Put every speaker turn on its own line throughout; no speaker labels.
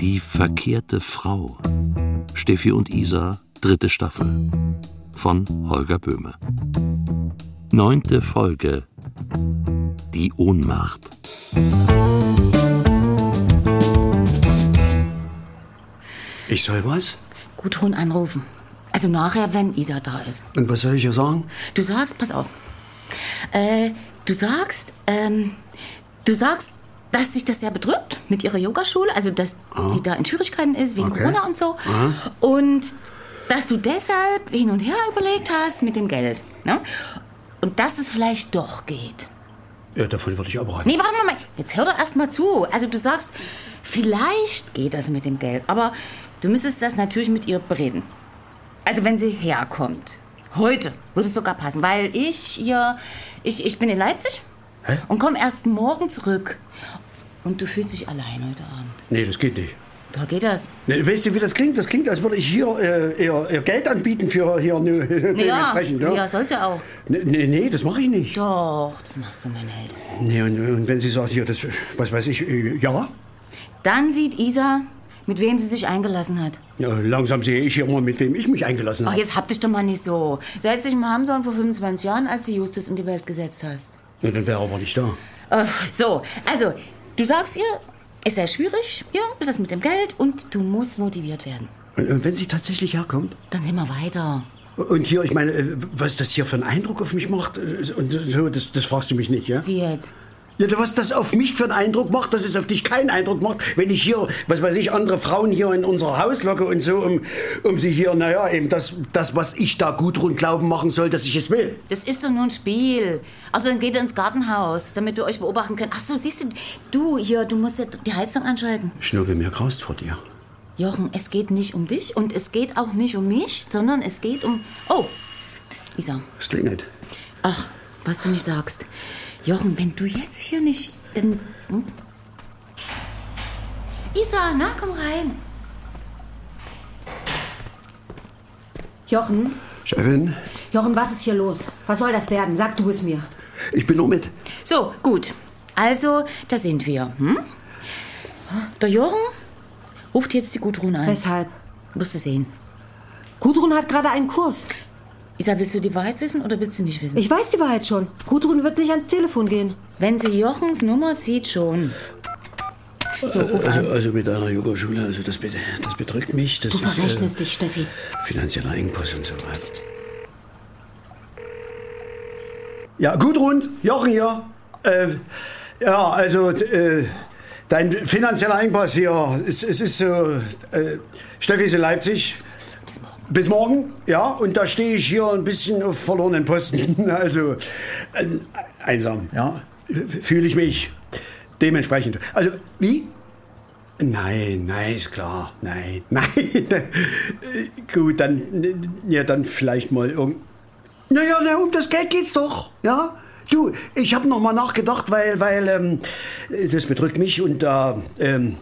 Die verkehrte Frau. Steffi und Isa, dritte Staffel. Von Holger Böhme. Neunte Folge. Die Ohnmacht.
Ich soll was?
Gudrun anrufen. Also nachher, wenn Isa da ist.
Und was soll ich ihr sagen?
Du sagst, pass auf. Äh, du sagst, ähm, du sagst, dass sich das sehr bedrückt mit ihrer Yogaschule, also dass sie da in Schwierigkeiten ist wegen
Okay.
Corona und so. Und dass du deshalb hin und her überlegt hast mit dem Geld. Ne? Und dass es vielleicht doch geht.
Ja, davon würde ich abraten.
Nee, warte mal, jetzt hör doch erst mal zu. Also du sagst, vielleicht geht das mit dem Geld, aber du müsstest das natürlich mit ihr bereden. Also wenn sie herkommt, heute würde es sogar passen, weil ich ihr, ich, ich bin in Leipzig
Hä?
und komme erst morgen zurück. Und du fühlst dich allein heute Abend.
Nee, das geht nicht.
Da geht das.
Nee, weißt du, wie das klingt? Das klingt, als würde ich hier äh, ihr, ihr Geld anbieten für hier ne,
Ja,
dementsprechend.
ja.
Ne?
ja, soll's ja auch.
Nee, nee, nee, das mache ich nicht.
Doch, das machst du, mein Held.
Nee, und, und wenn sie sagt, hier, das, was weiß ich, äh, ja,
Dann sieht Isa, mit wem sie sich eingelassen hat.
ja, langsam sehe ich hier mal, mit wem ich mich eingelassen
Ach,
habe.
jetzt hab dich doch mal nicht so. Du hättest dich mal haben sollen vor 25 Jahren, als du Justus in die Welt gesetzt hast.
Na, dann wäre er aber nicht da.
Äh, so, also, du sagst ihr, ist ja schwierig, ja, das mit dem Geld und du musst motiviert werden.
Und, und wenn sie tatsächlich herkommt?
Dann sehen wir weiter.
Und hier, ich meine, äh, was das hier für einen Eindruck auf mich macht, äh, und so, das, das fragst du mich nicht, ja?
Wie jetzt?
Ja, was das auf mich für einen Eindruck macht, dass es auf dich keinen Eindruck macht, wenn ich hier, was weiß ich, andere Frauen hier in unser Haus locke und so, um, um sie hier, naja, eben das, das, was ich da gut rund glauben machen soll, dass ich es will.
Das ist so nur ein Spiel. Außerdem geht ihr ins Gartenhaus, damit wir euch beobachten können. Ach so, siehst du, du hier, du musst ja die Heizung anschalten.
Schnurke, mir graust vor dir.
Jochen, es geht nicht um dich und es geht auch nicht um mich, sondern es geht um... Oh, Isa,
Es klingelt.
ach, was du nicht sagst. Jochen, wenn du jetzt hier nicht... Dann, hm? Isa, na, komm rein.
Jochen,
Chefin,
Jochen, was ist hier los? Was soll das werden? Sag du es mir.
ich bin nur mit.
So, gut. Also, da sind wir. Hm? Der Jochen ruft jetzt die Gudrun an.
Weshalb?
Musst du sehen.
Gudrun hat gerade einen Kurs.
Isa, willst du die Wahrheit wissen oder willst du nicht wissen?
Ich weiß die Wahrheit schon. Gudrun wird nicht ans Telefon gehen.
Wenn sie Jochens Nummer sieht, schon. So, ruf an.
Also, also mit einer Yogaschule, also das, be- das bedrückt mich. Das
Du
ist äh,
verrechnest dich, Steffi.
finanzieller Engpass und so weiter. Ja, Gudrun, Jochen hier. Äh, ja, also äh, dein finanzieller Engpass hier, es, es ist so, äh, Steffi ist in Leipzig. Bis morgen, ja, und da stehe ich hier ein bisschen auf verlorenen Posten. Also äh, einsam, ja, fühle ich mich dementsprechend. Also, wie? Nein, nein, ist klar. Nein, nein. Äh, Gut, dann, ja, dann vielleicht mal irgend. Naja, na, um das Geld geht's doch, ja? Du, ich habe noch mal nachgedacht, weil, weil, ähm, äh, das bedrückt mich und da, ähm,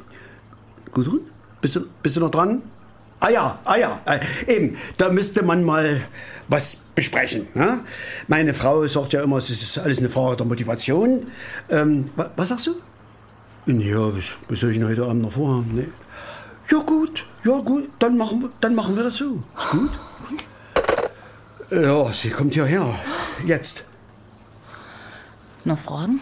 Gudrun, bist du, bist du noch dran? Ah ja, ah ja, äh, eben, da müsste man mal was besprechen. Ne? Meine Frau sagt ja immer, es ist alles eine Frage der Motivation. Ähm, wa, was sagst du? Ja, was, was soll ich denn heute Abend noch vorhaben? Nee. Ja gut, ja gut, dann machen, wir- dann machen wir das so. Ist gut? Äh, Ja, sie kommt hierher. Jetzt.
Noch Fragen?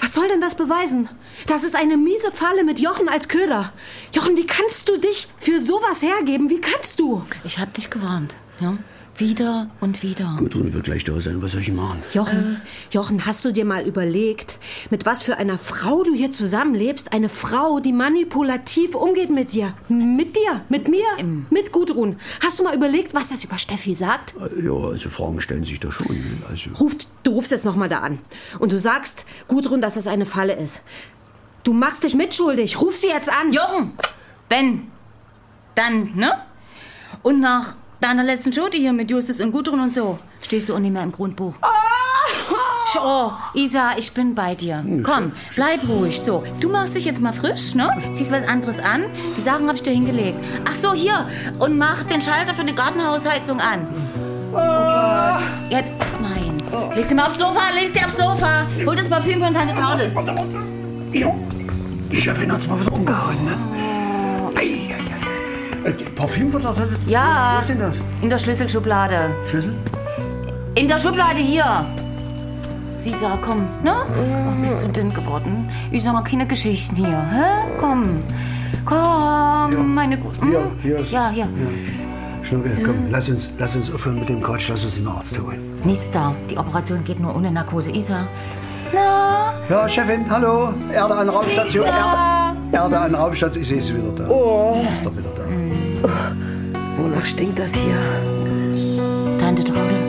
Was soll denn das beweisen? Das ist eine miese Falle mit Jochen als Köder. Jochen, wie kannst du dich für sowas hergeben? Wie kannst du?
Ich hab dich gewarnt. Ja? Wieder und wieder.
Gudrun wird gleich da sein. Was soll ich machen?
Jochen,
Äh.
Jochen, hast du dir mal überlegt, mit was für einer Frau du hier zusammenlebst? Eine Frau, die manipulativ umgeht mit dir. Mit dir, mit mir, mit Gudrun. Hast du mal überlegt, was das über Steffi sagt?
Ja, also Fragen stellen sich da schon. ne? Also,
Ruft, du rufst jetzt nochmal da an. Und du sagst, Gudrun, dass das eine Falle ist. Du machst dich mitschuldig. Ruf sie jetzt an.
Jochen, wenn, dann, ne? Und nach deiner letzten Schote hier mit Justus und Gudrun und so, stehst du auch nicht mehr im Grundbuch. Oh, Isa, ich bin bei dir. Komm, bleib ruhig. So, du machst dich jetzt mal frisch, ne? Ziehst was anderes an. Die Sachen habe ich dir hingelegt. Ach so, hier. Und mach den Schalter für die Gartenhausheizung an. Jetzt, nein. Leg sie mal aufs Sofa, leg sie aufs Sofa. Hol das Parfüm von Tante Traudel.
Ja, die Chefin hat's mal wieder umgehauen, ne? Ei, ei, ei. Äh, Parfüm wird das?
Ja.
Wo ist denn das?
In der Schlüsselschublade.
Schlüssel?
In der Schublade hier. Isa, komm, ne? Oh, bist du dünn geworden? Isa, mal keine Geschichten hier, hä? Komm. Komm, Hm, meine Gute.
Hier, hier ist-
Ja, hier. Hm.
Schnucke, komm, lass uns, lass uns aufhören mit dem Quatsch, lass uns den Arzt holen.
Nichts da. Die Operation geht nur ohne Narkose. Isa. Na?
Ja, Chefin, hallo. Erde an Raumstation. Erde, Erde an Raumstation. Ich sehe sie wieder da. Oh. Ist doch wieder da.
Wonach stinkt das hier?
Tante Traudel.